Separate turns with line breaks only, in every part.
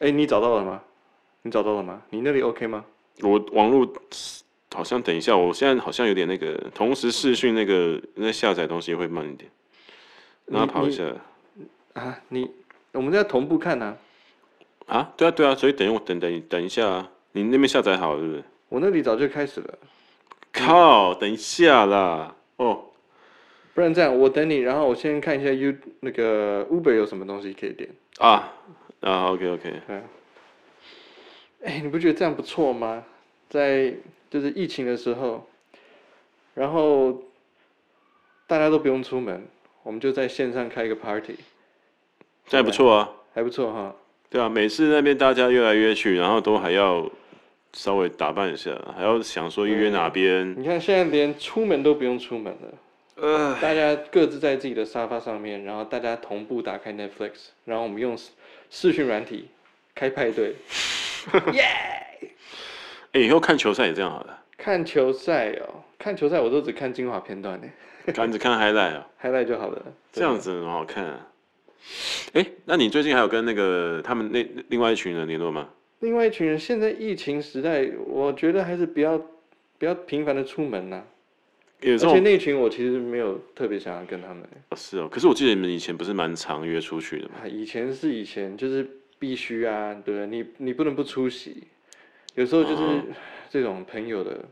哎，你找到了吗？你找到了吗？你那里 OK 吗？
我网络好像等一下，我现在好像有点那个，同时视讯那个那下载东西会慢一点，
你
让它跑一下
啊，你我们在同步看啊，
啊。对啊对啊，所以等我等等等一下啊，你那边下载好了是不是？
我那里早就开始了，
靠，等一下啦，哦，
不然这样我等你，然后我先看一下 U 那个 Uber 有什么东西可以点。
啊啊，OK OK，
对啊。哎，你不觉得这样不错吗？在就是疫情的时候，然后大家都不用出门，我们就在线上开一个 party，
这还不错啊。
还不错哈。
对啊，每次那边大家约来约去，然后都还要稍微打扮一下，还要想说约哪边。
你看现在连出门都不用出门了，
呃，
大家各自在自己的沙发上面，然后大家同步打开 Netflix，然后我们用视视讯软体开派对，
哎，以后看球赛也这样好了，
看球赛哦，看球赛我都只看精华片段呢，
看只看 highlight 啊，
h i g h l i g h t 就好了。
这样子很好看、啊。哎，那你最近还有跟那个他们那另外一群人联络吗？
另外一群人，现在疫情时代，我觉得还是不要不要频繁的出门啦、
有
而
这
且
种
那群我其实没有特别想要跟他们、
哦是哦，可是我记得你们以前不是蛮常约出去的吗？
啊，以前是以前，就是必须啊，对不对？你你不能不出席。有时候就是
哦
这种朋友的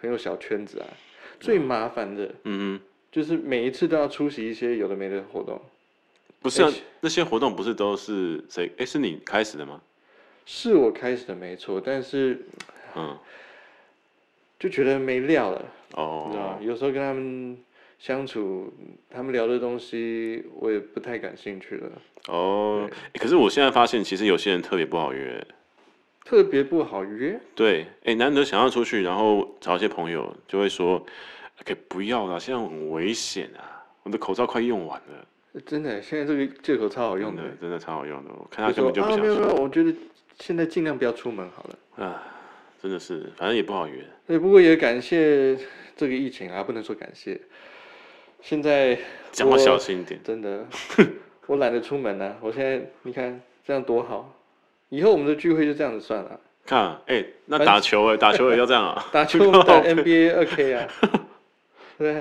朋友小圈子啊，最麻烦的
嗯
就是每一次都要出席一些有的没的活动。
哼，不是啊
而且，
那些活动不是都是谁？哎，是你开始的吗？
是我开始的没错，但是
嗯，
就觉得没料了。你知道吗
哦，
有时候跟他们相处，他们聊的东西我也不太感兴趣了，
哦，诶可是我现在发现，其实有些人特别不好约。
特别不好约。
对，哎，难得想要出去，然后找一些朋友，就会说，可以不要啦，现在很危险啊，我的口罩快用完了，
真的，现在这个借口超好用
真
的
的。真的超好用的，我看
就说
他根本就不
啊，
想
没有没
去，
有，我觉得现在尽量不要出门好了。
啊真的是，反正也不好约，
对，不过也感谢这个疫情啊，不能说感谢。现在
讲话
我
小心一点。
真的， 我懒得出门了、我现在你看这样多好，以后我们的聚会就这样子算了。
看啊，哎，那
反？
打球哎，打球也要这样啊
打球打 NBA 二 K 啊，对，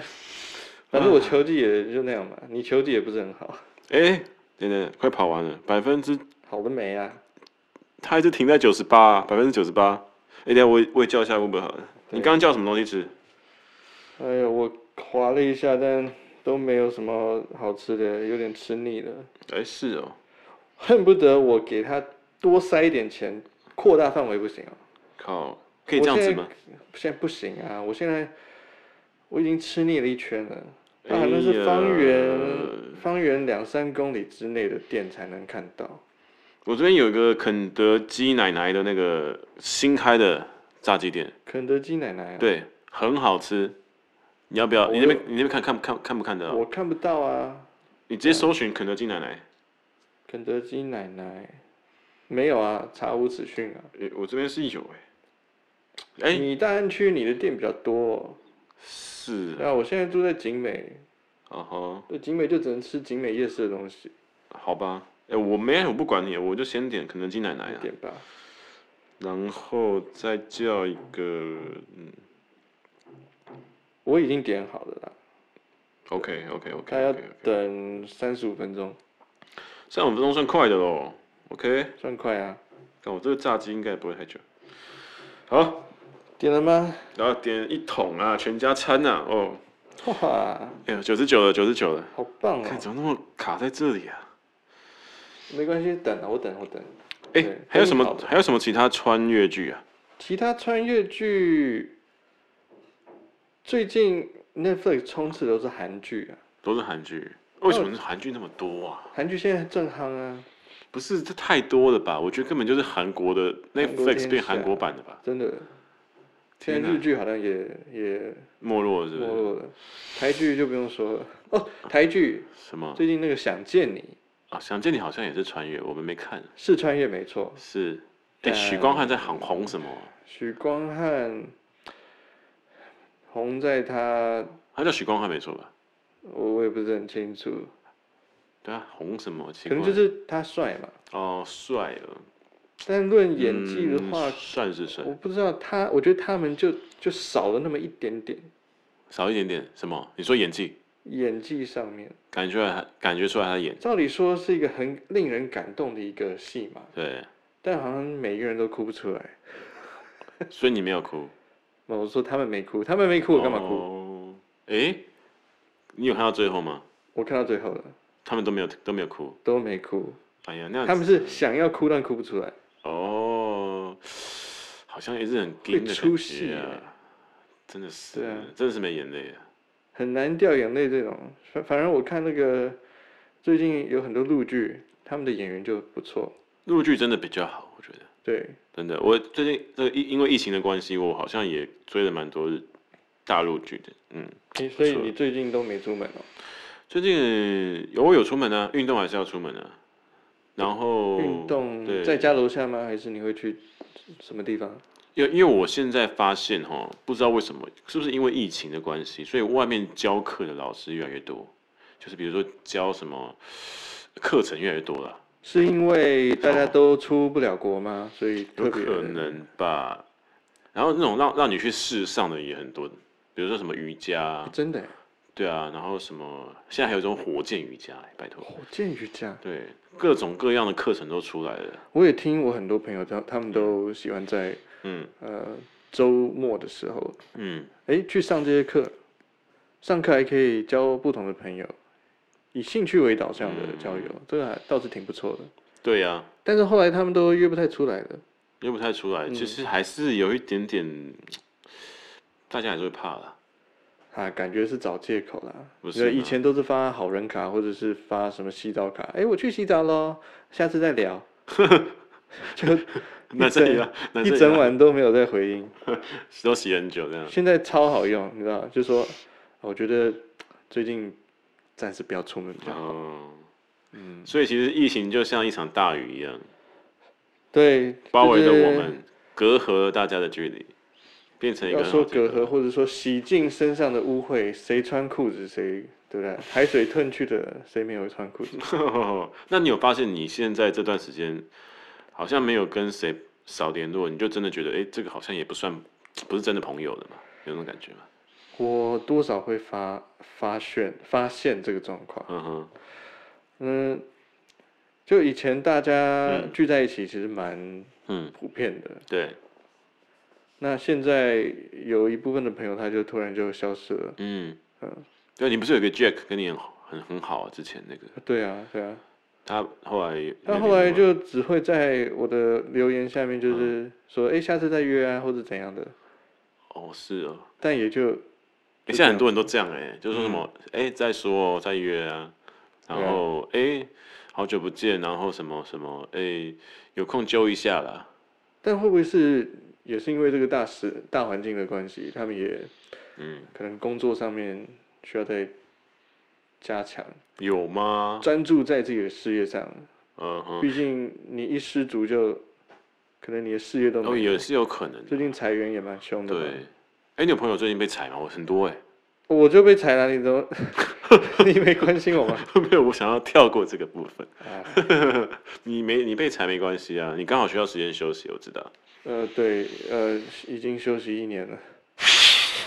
反正我球技也就那样嘛，你球技也不是很好，
哎，等等，快跑完了，百分之，
好了没啊？
他一直停在九十八，百分之九十八。哎，等一下我也我也叫一下 Uber 好了。你
对
刚刚叫什么东西吃？
哎呀，我划了一下，但都没有什么好吃的，有点吃腻了，
哎，是哦，
恨不得我给他多塞一点钱，扩大范围不行啊？
靠，可以这样子吗？
现在不行啊，我现在我已经吃腻了一圈了。那
哎
可能是方圆
呀
方圆两三公里之内的店才能看到。
我这边有一个肯德基奶奶的那个新开的炸鸡店，
肯德基奶奶啊，
对，很好吃。你要不要？
我
你那边你那边看看看看不看得到？
我看不到啊。
你直接搜寻肯德基奶奶。
肯德基奶奶，没有啊，查无此讯啊。
诶我这边是有哎、哎、
你大安区你的店比较多、
是
对啊，我现在住在景美，
啊哈，
对，景美就只能吃景美夜市的东西，
好吧。哎、我没有，我不管你，我就先点肯德基奶奶
一
啊，
点吧。
然后再叫一个嗯
我已经点好了啦，
，OK OK
他
OK
要
OK，
等三十五分钟，
三五分钟算快的喽。OK，
算快啊。
但我这个炸鸡应该也不会太久。好，
点了吗？
然后点一桶啊，全家餐啊，哦，
哇，
哎呦，九十九了，九十九了，
好棒
看
哦！
怎么那么卡在这里啊？
没关系，等啊，我等我等。
哎
对，
还有什
很好
么
的
还有什么其他穿越剧啊？
其他穿越剧，最近 Netflix 充斥都是韩剧啊，
都是韩剧，为什
哦
么韩剧那么多啊？
韩剧现在正夯啊。
不是这太多了吧？我觉得根本就是韩国
韩
的
国天啊
Netflix
下
变韩国版的吧，
真的，现在
天哪
日剧好像也也
没落了是不
没
是？
落了，台剧就不用说了。哦，台剧
什么
最近那个《想见你》
啊？想见你好像也是穿越，我们没看，
是穿越没错，
是
但
哎，许光汉在喊红什么啊？
许光汉红在他，
他叫许光汉没错吧？
我我也不是很清楚，
对啊，红什么？奇
可
怪
能就是他帅嘛。
哦，帅了，
但论演技的话，
嗯算是算
我不知道他，我觉得他们就就少了那么一点点
少一点点。什么？你说演技？
演技上面。
感觉出来他，感觉出来他演
照理说是一个很令人感动的一个戏嘛，
对，
但好像每个人都哭不出来。
所以你没有哭。
那我说他们没哭，他们没哭，我干嘛哭？
哭？诶，你有看到最后吗？
我看到最后了，
他们都没有都没有哭。
都没哭。
哎呀，那样
他们是想要哭，但哭不出来。
哦，好像也是很
会
硬的
出
感
戏
觉
耶
啊，真的是，
对啊
真的是没眼泪啊。
很难掉眼泪这种。反反正我看那个最近有很多陆剧，他们的演员就不错。
陆剧真的比较好，我觉得
对，
真的。我最近这因因为疫情的关系，我好像也追了蛮多日大陆剧的。嗯，
你所以
不错
你最近都没出门哦？
最近有我有出门啊，运动还是要出门啊。然后
运动
对
在家楼下吗？还是你会去什么地方？
因为因为我现在发现哈，不知道为什么，是不是因为疫情的关系，所以外面教课的老师越来越多，就是比如说教什么课程越来越多了，
是因为大家都出不了国吗？所以特
有
别
可能吧。然后那种让让你去试上的也很多，比如说什么瑜伽，
哦真的耶
对啊，然后什么现在还有一种火箭瑜伽，欸拜托，
火箭瑜伽，
对，各种各样的课程都出来了，
我也听我很多朋友他他们都喜欢在
嗯
呃周末的时候，
嗯，
哎去上这些课，上课还可以交不同的朋友，以兴趣为导向的交
嗯
友，这个还倒是挺不错的。
对呀、
但是后来他们都约不太出来了，
约不太出来，
嗯
其实还是有一点点，大家还是会怕啦。
啊，感觉是找借口啦。
不
对
是
以
吗
前都是发好人卡，或者是发什么洗澡卡，哎，我去洗澡喽，下次再聊。就
男生也要，男
一
生也
整
要
晚都没有再回应，
啊都洗很久这样。
现在超好用，你知道，就说呃我觉得最近暂时不要出门吧。
哦，
嗯，
所以其实疫情就像一场大雨一样，
对，
包围着
就是
我们，隔阂了大家的距离，变成一个
要
很
说
好的
隔阂，或者说洗净身上的污秽，谁穿裤子谁，对不对？海水退去的，谁没有穿裤 子？
那你有发现你现在这段时间好像没有跟谁少联络，你就真的觉得，哎、这个好像也不算不是真的朋友了嘛？有那种感觉吗？
我多少会发发现发现这个状况。
嗯哼，
嗯，就以前大家
嗯
聚在一起，其实蛮
嗯，
普遍的。
对，
那现在有一部分的朋友，他就突然就消失了。
嗯
嗯
对，你不是有个 Jack 跟你很好很很好啊？之前那个
对啊，对啊。
他后来也
他
没
后来
联络了
就只会在我的留言下面，就是
嗯
说，哎、下次再约啊，或者怎样的。
哦是哦，
但也就
欸
就
现在很
这
多人都这样哎、欸，就是说什么哎、欸再说哦，再约啊，
对
然
啊
后哎、欸好久不见，然后什么什么哎、欸有空揪一下啦，
但会不会是也是因为这个大时大环境的关系，他们也
嗯，
可能工作上面需要再加强，
有吗？
专注在自己的事业上。
嗯哼，
毕竟你一失足就，可能你的事业都
哦
没有。
也是有可能的，
最近裁员也蛮凶的嘛。
对，哎、你有朋友最近被裁吗？我很多哎、
我就被裁了，你怎么？ 你没关心我吗？
欸， 没有，我想要跳过这个部分，
啊，
你没你被裁没关系啊，你刚好需要时间休息，我知道，
呃，对，呃，已经休息一年了。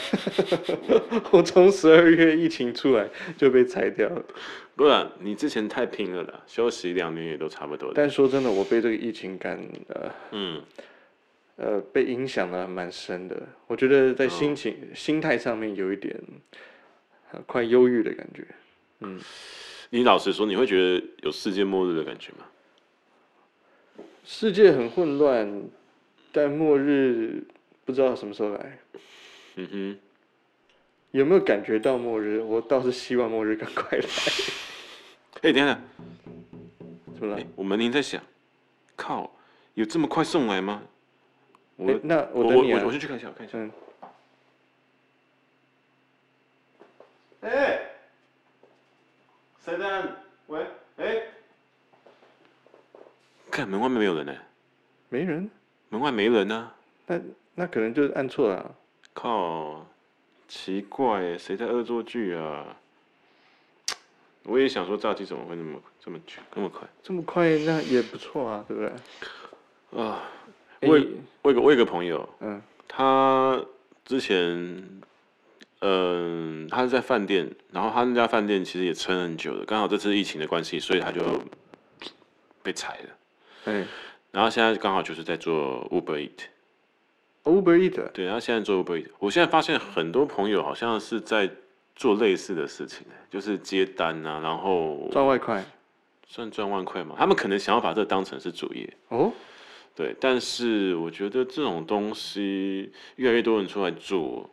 我从十二月疫情出来就被裁掉了。
不然你之前太拼了啦，休息两年也都差不多的，
但说真的，我被这个疫情感呃
嗯，
呃被影响的蛮深的。我觉得在心情、
哦
心态上面有一点、呃、快忧郁的感觉。嗯，
你老实说，你会觉得有世界末日的感觉吗？
世界很混乱，但末日不知道什么时候来。
嗯哼。
有没有感觉到末日？我倒是希望末日赶快来。
哎、等一下，
怎么了
哎、？我门铃在响，靠，有这么快送来吗？我、
诶那
我
我等你
我
啊
我先去看一下，我看一下。
嗯，
哎、谁在按？喂，哎、看门外面没有人呢、
没人？
门外没人呢、
那那可能就是按错了啊、
靠，奇怪、谁在恶作剧啊？我也想说炸鸡怎么会那么这么这么快？
这么快那也不错啊，对不对？
啊，
哎
我也
你
我有个我有个朋友，
嗯
他之前，嗯、他是在饭店，然后他那家饭店其实也撑很久了，刚好这次疫情的关系，所以他就被裁了。
哎
然后现在刚好就是在做 Uber Eat，
，Uber Eat，
对，他现在做 Uber Eat。我现在发现很多朋友好像是在做类似的事情，就是接单啊，然后
赚外快
算赚万块嘛。他们可能想要把这当成是主业，
哦，
对，但是我觉得这种东西越来越多人出来做，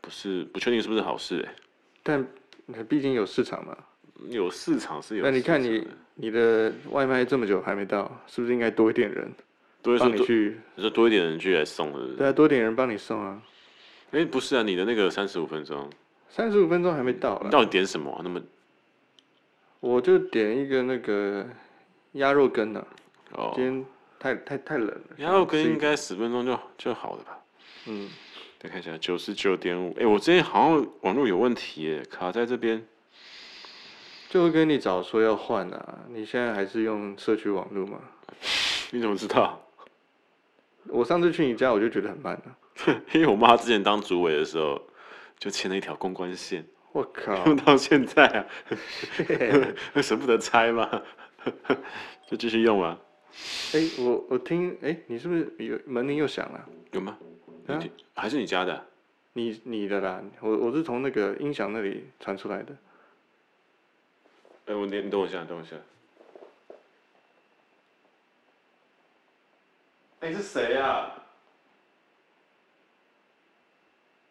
不是不确定是不是好事、欸。
但毕竟有市场嘛。
有市场是有市场
那
的，
你看你你的外卖这么久还没到，是不是应该多一点人
多一说
帮你
多，
去？
你说多一点人去来送是不是？
对啊，多点人帮你送啊。
哎、不是啊，你的那个三十五分钟，
三十五分钟还没到
你
了，
到底点什么啊、那么
我就点一个那个鸭肉羹呢、
哦
今，天太太太冷了。
然后跟
想吃一
应该十分钟就就好了吧？
嗯，
再看一下九十九点五，哎，我之前好像网络有问题耶，卡在这边。
就会跟你早说要换啊。你现在还是用社区网络吗？
你怎么知道？
我上次去你家我就觉得很慢啊。
因为我妈之前当主委的时候，就牵了一条公关线，
我靠，
用到现在啊，舍不得拆嘛， 就继续用啊。
哎、我我听，哎、你是不是有门铃又响了？
有吗？
啊
你还是你家的啊？
你你的啦，我我是从那个音响那里传出来的。
哎，我你你等我一下，等我一下。哎，是谁啊？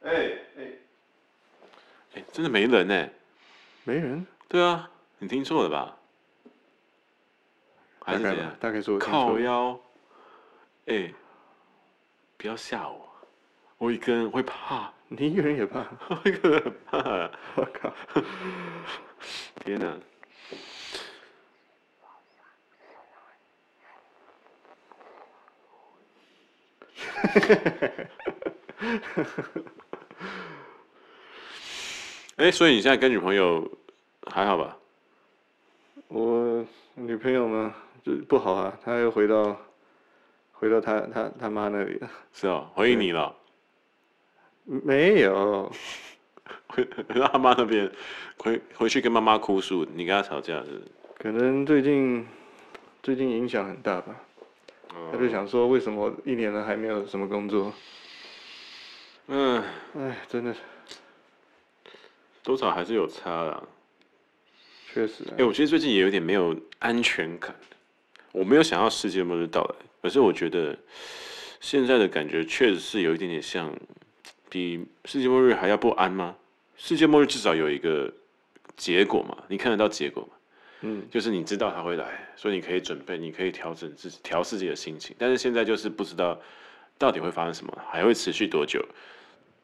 哎哎哎，真的没人呢、
没人，
对啊，你听错了吧？还
大
是
概
怎
吧
样？
大概是我听错
靠
了。
腰，哎、不要吓我，我一个人会怕，
你一个人也怕？
我一个人很怕。
我靠！
天哪！ 哎、所以你现在跟女朋友还好吧？
我女朋友嘛，就不好啊，她又回到回到她她她妈那里了。
是哦，回应你了，
没有，
回 回到他妈那边，回回去跟妈妈哭诉，你跟她吵架是不是？
可能最近最近影响很大吧。
哦
她就想说，为什么一年了还没有什么工作？
嗯，
哎，真的
多少还是有差啦。
确实、啊
哎、。我其实最近也有点没有安全感，我没有想要世界末日到来，可是我觉得现在的感觉确实是有一点点像，比世界末日还要不安吗？世界末日至少有一个结果嘛，你看得到结果嘛？
嗯，
就是你知道它会来，所以你可以准备，你可以调整自己，调试自己的心情。但是现在就是不知道到底会发生什么，还会持续多久，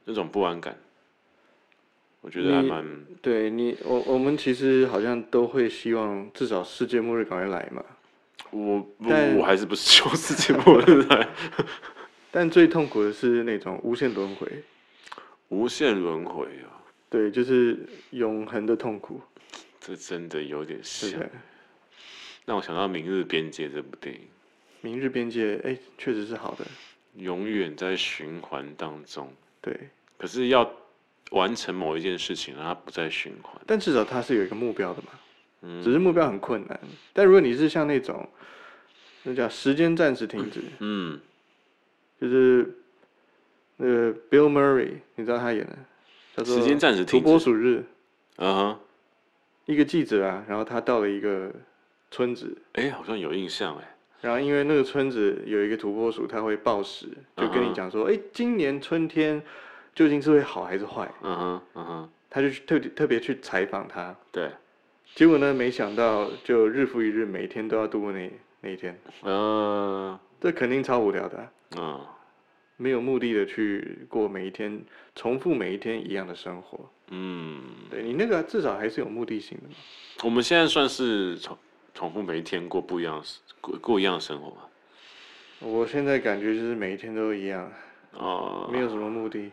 那种不安感，我觉得还
你
蛮
对你，我我们其实好像都会希望至少世界末日赶快来嘛。
我
但
我我还是不是求世界末 日来，
但最痛苦的是那种无限轮回，
无限轮回啊，
对，就是永恒的痛苦，
这真的有点像
对不，对？
让我想到《明日边界》这部电影，
明日边界，哎，确实是好的，
永远在循环当中，
对，
可是要完成某一件事情，让它不再循环。
但至少它是有一个目标的嘛，
嗯
只是目标很困难。但如果你是像那种，那叫时间暂时停止，
嗯，
就是那个 Bill Murray，你知道他演的，叫做
时间暂时
土
停
拨
止。
鼠日，
嗯哼，
一个记者啊，然后他到了一个村子，
哎，好像有印象哎。
然后因为那个村子有一个土拨鼠，它会报时，就跟
嗯
你
哼
讲说，哎、今年春天究竟是会好还是坏？
嗯哼，嗯哼，
他就去特特别去采访它，
对，
结果呢，没想到就日复一日，每天都要度过那那一天，
呃，
这肯定超无聊的啊、
嗯
没有目的的去过每一天，重复每一天一样的生活。
嗯，
对你那个至少还是有目的性的嘛。
我们现在算是重重复每一天过不一样的生过过一样的生活吧。
我现在感觉就是每一天都一样，
哦、
没有什么目的。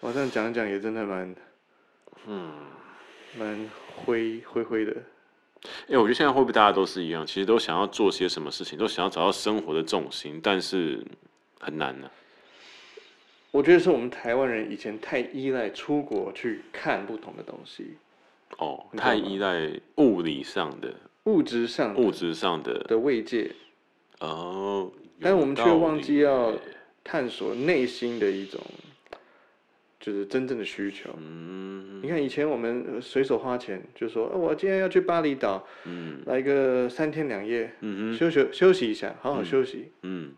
我这样讲一讲也真的蛮，嗯，蛮灰灰灰的。
哎、我觉得现在会不会大家都是一样，其实都想要做些什么事情，都想要找到生活的重心，但是很难啊呢、
我觉得是我们台湾人以前太依赖出国去看不同的东西，
哦，
你知道
太
吗
依赖物理上的、
物质上
物质上的
的慰藉，
哦，
但
有
我们却
道
忘
理
记要
耶
探索内心的一种，就是真正的需求。
嗯
你看以前我们呃随手花钱，就说、哦、我今天要去巴厘岛
嗯
来个三天两夜，
嗯哼
休息休息一下，好好休息。
嗯，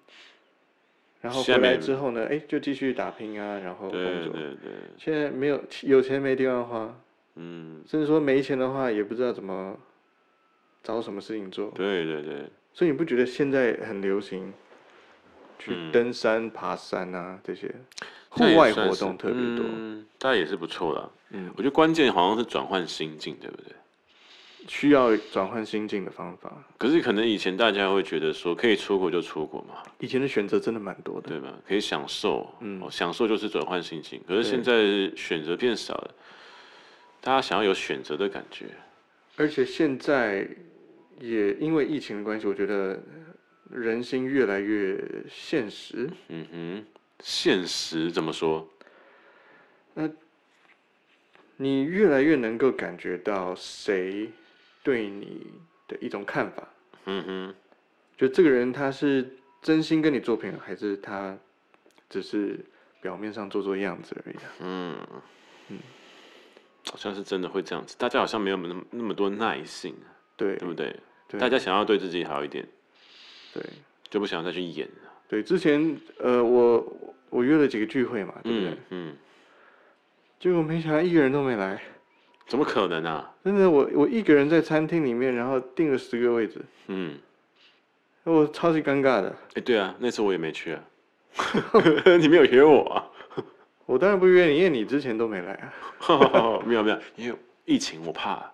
然后
现
回
在
来
没
之后呢，哎，就继续打拼啊，然后工
对
作。
对对，
现在没有有钱没地方花，
嗯
甚至说没钱的话也不知道怎么找什么事情做。
对对对，
所以你不觉得现在很流行去
嗯
登山、爬山啊这些户
这也
外
算
活
是
动特别多？
嗯，大家也是不错啦。
嗯
我觉得关键好像是转换心境，对不对？
需要转换心境的方法。
可是可能以前大家会觉得说可以出国就出国嘛，
以前的选择真的蛮多的。
对吧？可以享受，
嗯
哦，享受就是转换心情。可是
对
现在选择变少了，大家想要有选择的感觉，
而且现在也因为疫情的关系，我觉得人心越来越现实。
嗯哼。现实怎么说？
你越来越能够感觉到谁对你的一种看法，
嗯哼，
就这个人他是真心跟你做朋友，还是他只是表面上做做样子而已啊、
好像是真的会这样子。大家好像没有那么那么多耐性，啊
对
对不对？
对
嗯大家想要对自己好一点，
对
就不想再去演了，
对，之前呃我我约了几个聚会嘛，对不对？
嗯嗯，
结果没想到一个人都没来，
怎么可能啊？
真的我我一个人在餐厅里面，然后订了十个位置，
嗯，
我超级尴尬的。
哎，对啊，那次我也没去啊， 你没有约我啊？
我当然不约你，因为你之前都没来啊。
没有没有，因为疫情我怕，啊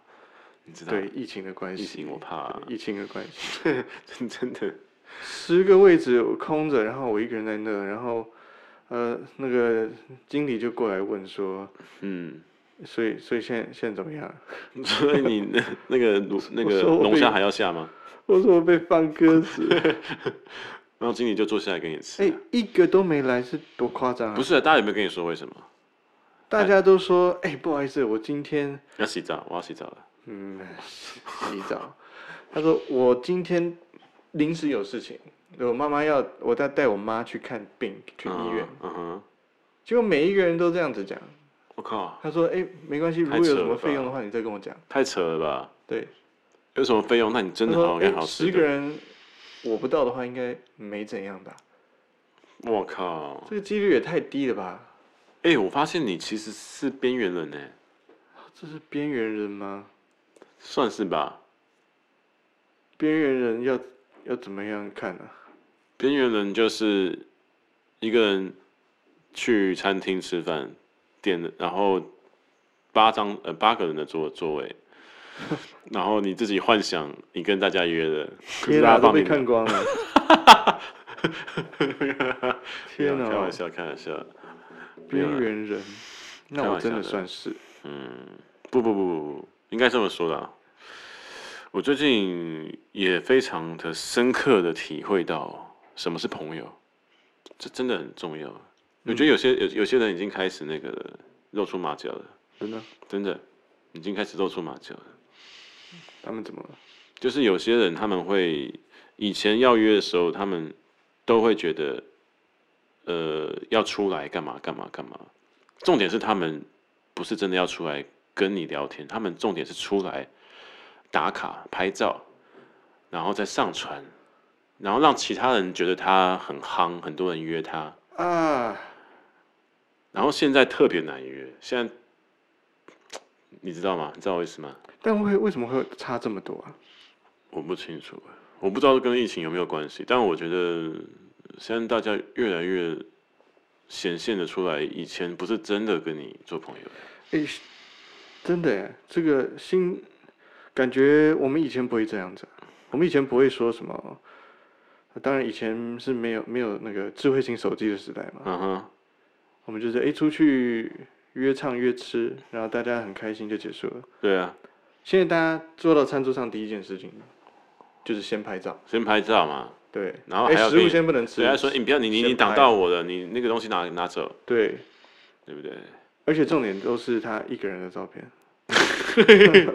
你知道吗
对，疫情的关系，
疫情我怕啊
对疫情的关系，
真真的，
十个位置空着，然后我一个人在那，然后呃，那个经理就过来问说，
嗯，
所以所以现在现在怎么样？
所以你那那个龙那
我
个
说我
龙
被
虾还要下吗？
我说我被放鸽子，
然后经理就坐下来给你吃
哎、
啊。
一个都没来，是多夸张啊！
不是啊，大家有没有跟你说为什么？
大家都说，哎、不好意思，我今天
要洗澡，我要洗澡了。
嗯 洗澡，他说我今天临时有事情，我妈妈要我带带我妈去看病去医院，
嗯。嗯哼，
结果每一个人都这样子讲。
我靠，
他说：“哎、没关系，如
太
果有
扯
什么
了
费
吧
用的话，你再跟我讲。
太扯了吧？”
对，
有什么费用？那你真的
他说
好好跟
哎
好吃
十
的
个人我不到的话，应该没怎样吧？
我靠！
这个几率也太低了吧？
哎、我发现你其实是边缘人呢、欸
这是边缘人吗？
算是吧。
边缘人要要怎么样看呢、
边缘人就是一个人去餐厅吃饭，点了然后八张呃八个人的座 座位，然后你自己幻想你跟大家约的，可
天
是
哪，
大家
都
放
被
你
看
鸟。
光 了！天
没有开
哪
玩，笑，开玩笑。
边
没有啦
缘人，那
开
我
玩
真
笑
的
的
算是
不不不不不，应该这么说的啊、我最近也非常的深刻的体会到什么是朋友，这真的很重要。我觉得有些有有些人已经开始那个了露出马脚了，
真的。
真的已经开始露出马脚了。
他们怎么了？
就是有些人他们会以前要约的时候，他们都会觉得，呃，要出来干嘛干嘛干嘛。重点是他们不是真的要出来跟你聊天，他们重点是出来打卡拍照，然后再上传，然后让其他人觉得他很夯，很多人约他。
啊，
然后现在特别难约，现在你知道吗？你知道我意思吗？
但为为什么会差这么多啊？
我不清楚，我不知道跟疫情有没有关系，但我觉得现在大家越来越显现的出来，以前不是真的跟你做朋友的，
哎，真的耶，这个心感觉我们以前不会这样子，啊我们以前不会说什么。当然，以前是没有没有那个智慧型手机的时代嘛，
嗯哼，
我们就是哎出去约唱约吃，然后大家很开心就结束了。
对啊，
现在大家坐到餐桌上第一件事情就是先拍照，
先拍照嘛。
对，
然后
哎
还要
食物
给
先不能吃
对，他说：“你不要，你你
先
你挡
拍
到我了，你那个东西拿拿走，
对，
对不对？”
而且重点都是他一个人的照片，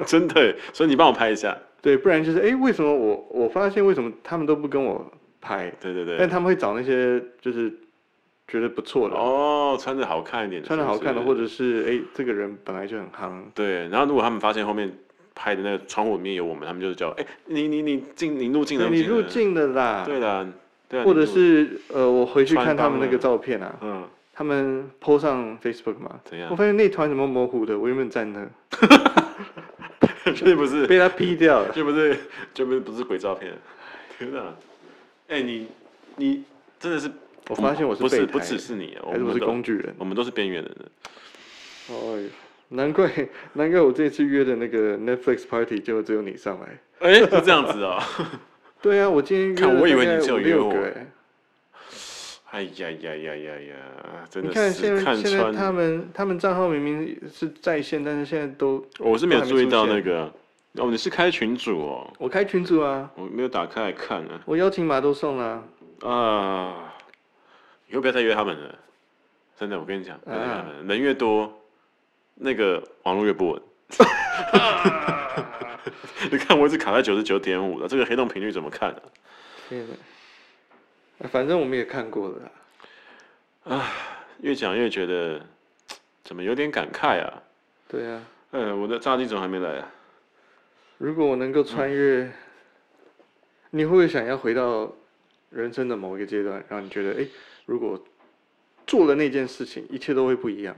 真的耶，所以你帮我拍一下。
对，不然就是哎，为什么我我发现为什么他们都不跟我拍，
对对对。
但他们会找那些就是觉得不错的，
哦，穿着好看一点的，
穿的好看的，
是不
或
是
者是哎这个人本来就很夯，
对。然后如果他们发现后面拍的那个窗户里面有我们，他们就是叫哎，你你你进你入境了，
对你
进了
入，境了啦，
对的，对啊，
或
你
者
入
是呃我回去
穿
看他
帮
们那
了
个照片啊，
嗯，
他们 PO 上 Facebook 嘛，
怎样
我？发现那团怎么模糊的，我原本站那
这不是
被他 P 掉 了，
这不是这不是不是鬼照片，天哪！哎，你你真的是
我
不
发现我
不
备
是
胎
不只是你，啊我
还是我
们
是
都
工具人。
我们都是边缘人的。
哦哟，难怪 难怪我这次约的那个 Netflix party 就只有你上来。
哎，是这样子哦。
对啊，我今天约
看
了
我以
大
为
概
你只有
五
约
六
我
个欸
哎呀呀呀呀呀！真
你
的
看
是
现在
看
现在他
穿，
们他们账号明明是在线，但是现在都
我是没有
都还没
注意
出
到
现
那个。哦，你是开群主哦，
我开群组啊，
我没有打开来看啊。
我邀请码都送了啊、
啊，以后不要再约他们了。真的，我跟你讲，不要再约他
啊
们了人越多，那个网络越不稳。
啊
你看我一直卡在九十九点五了，这个黑洞频率怎么看啊呢、
天哪啊反正我们也看过了啦。啊
越讲越觉得怎么有点感慨啊。
对啊，
嗯，我的炸鸡怎么还没来啊？
如果我能
嗯
够穿越，你会不会想要回到人生的某一个阶段，让你觉得，哎，如果做了那件事情，一切都会不一样？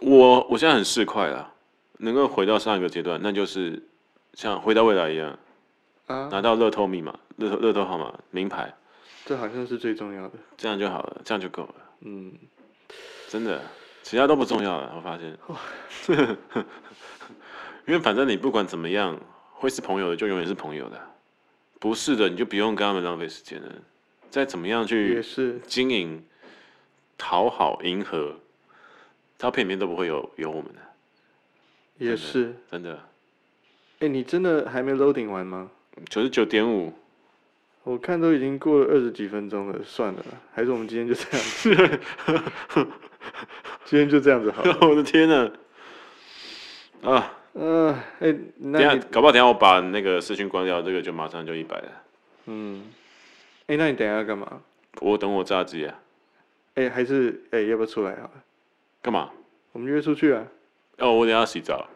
我我现在很市侩啦，能够回到上一个阶段，那就是像回到未来一样，
啊，
拿到乐透密码、乐透乐透号码、名牌，
这好像是最重要的。
这样就好了，这样就够了。
嗯，
真的，其他都不重要了。我发现， 因为反正你不管怎么样，会是朋友的就永远是朋友的，不是的你就不用跟他们浪费时间了。再怎么样
也
去
是，
经营、讨好、迎合，他偏偏都不会有有我们的，
也是。
真的。
哎，你真的还没 loading 完吗？
九十九点五，
我看都已经过了二十几分钟了，算了啦，还是我们今天就这样子， 今天就这样子好了。
我的天呐！啊，
呃，哎，
等一
那
下
你，，
搞不好等一下我把那个视讯关掉，这个就马上就一百了。
嗯，哎，那你等一下要干嘛？
我等我炸鸡啊，
哎，还是哎，要不要出来好了？
干嘛？
我们约出去啊？
哦，我等一下要洗澡。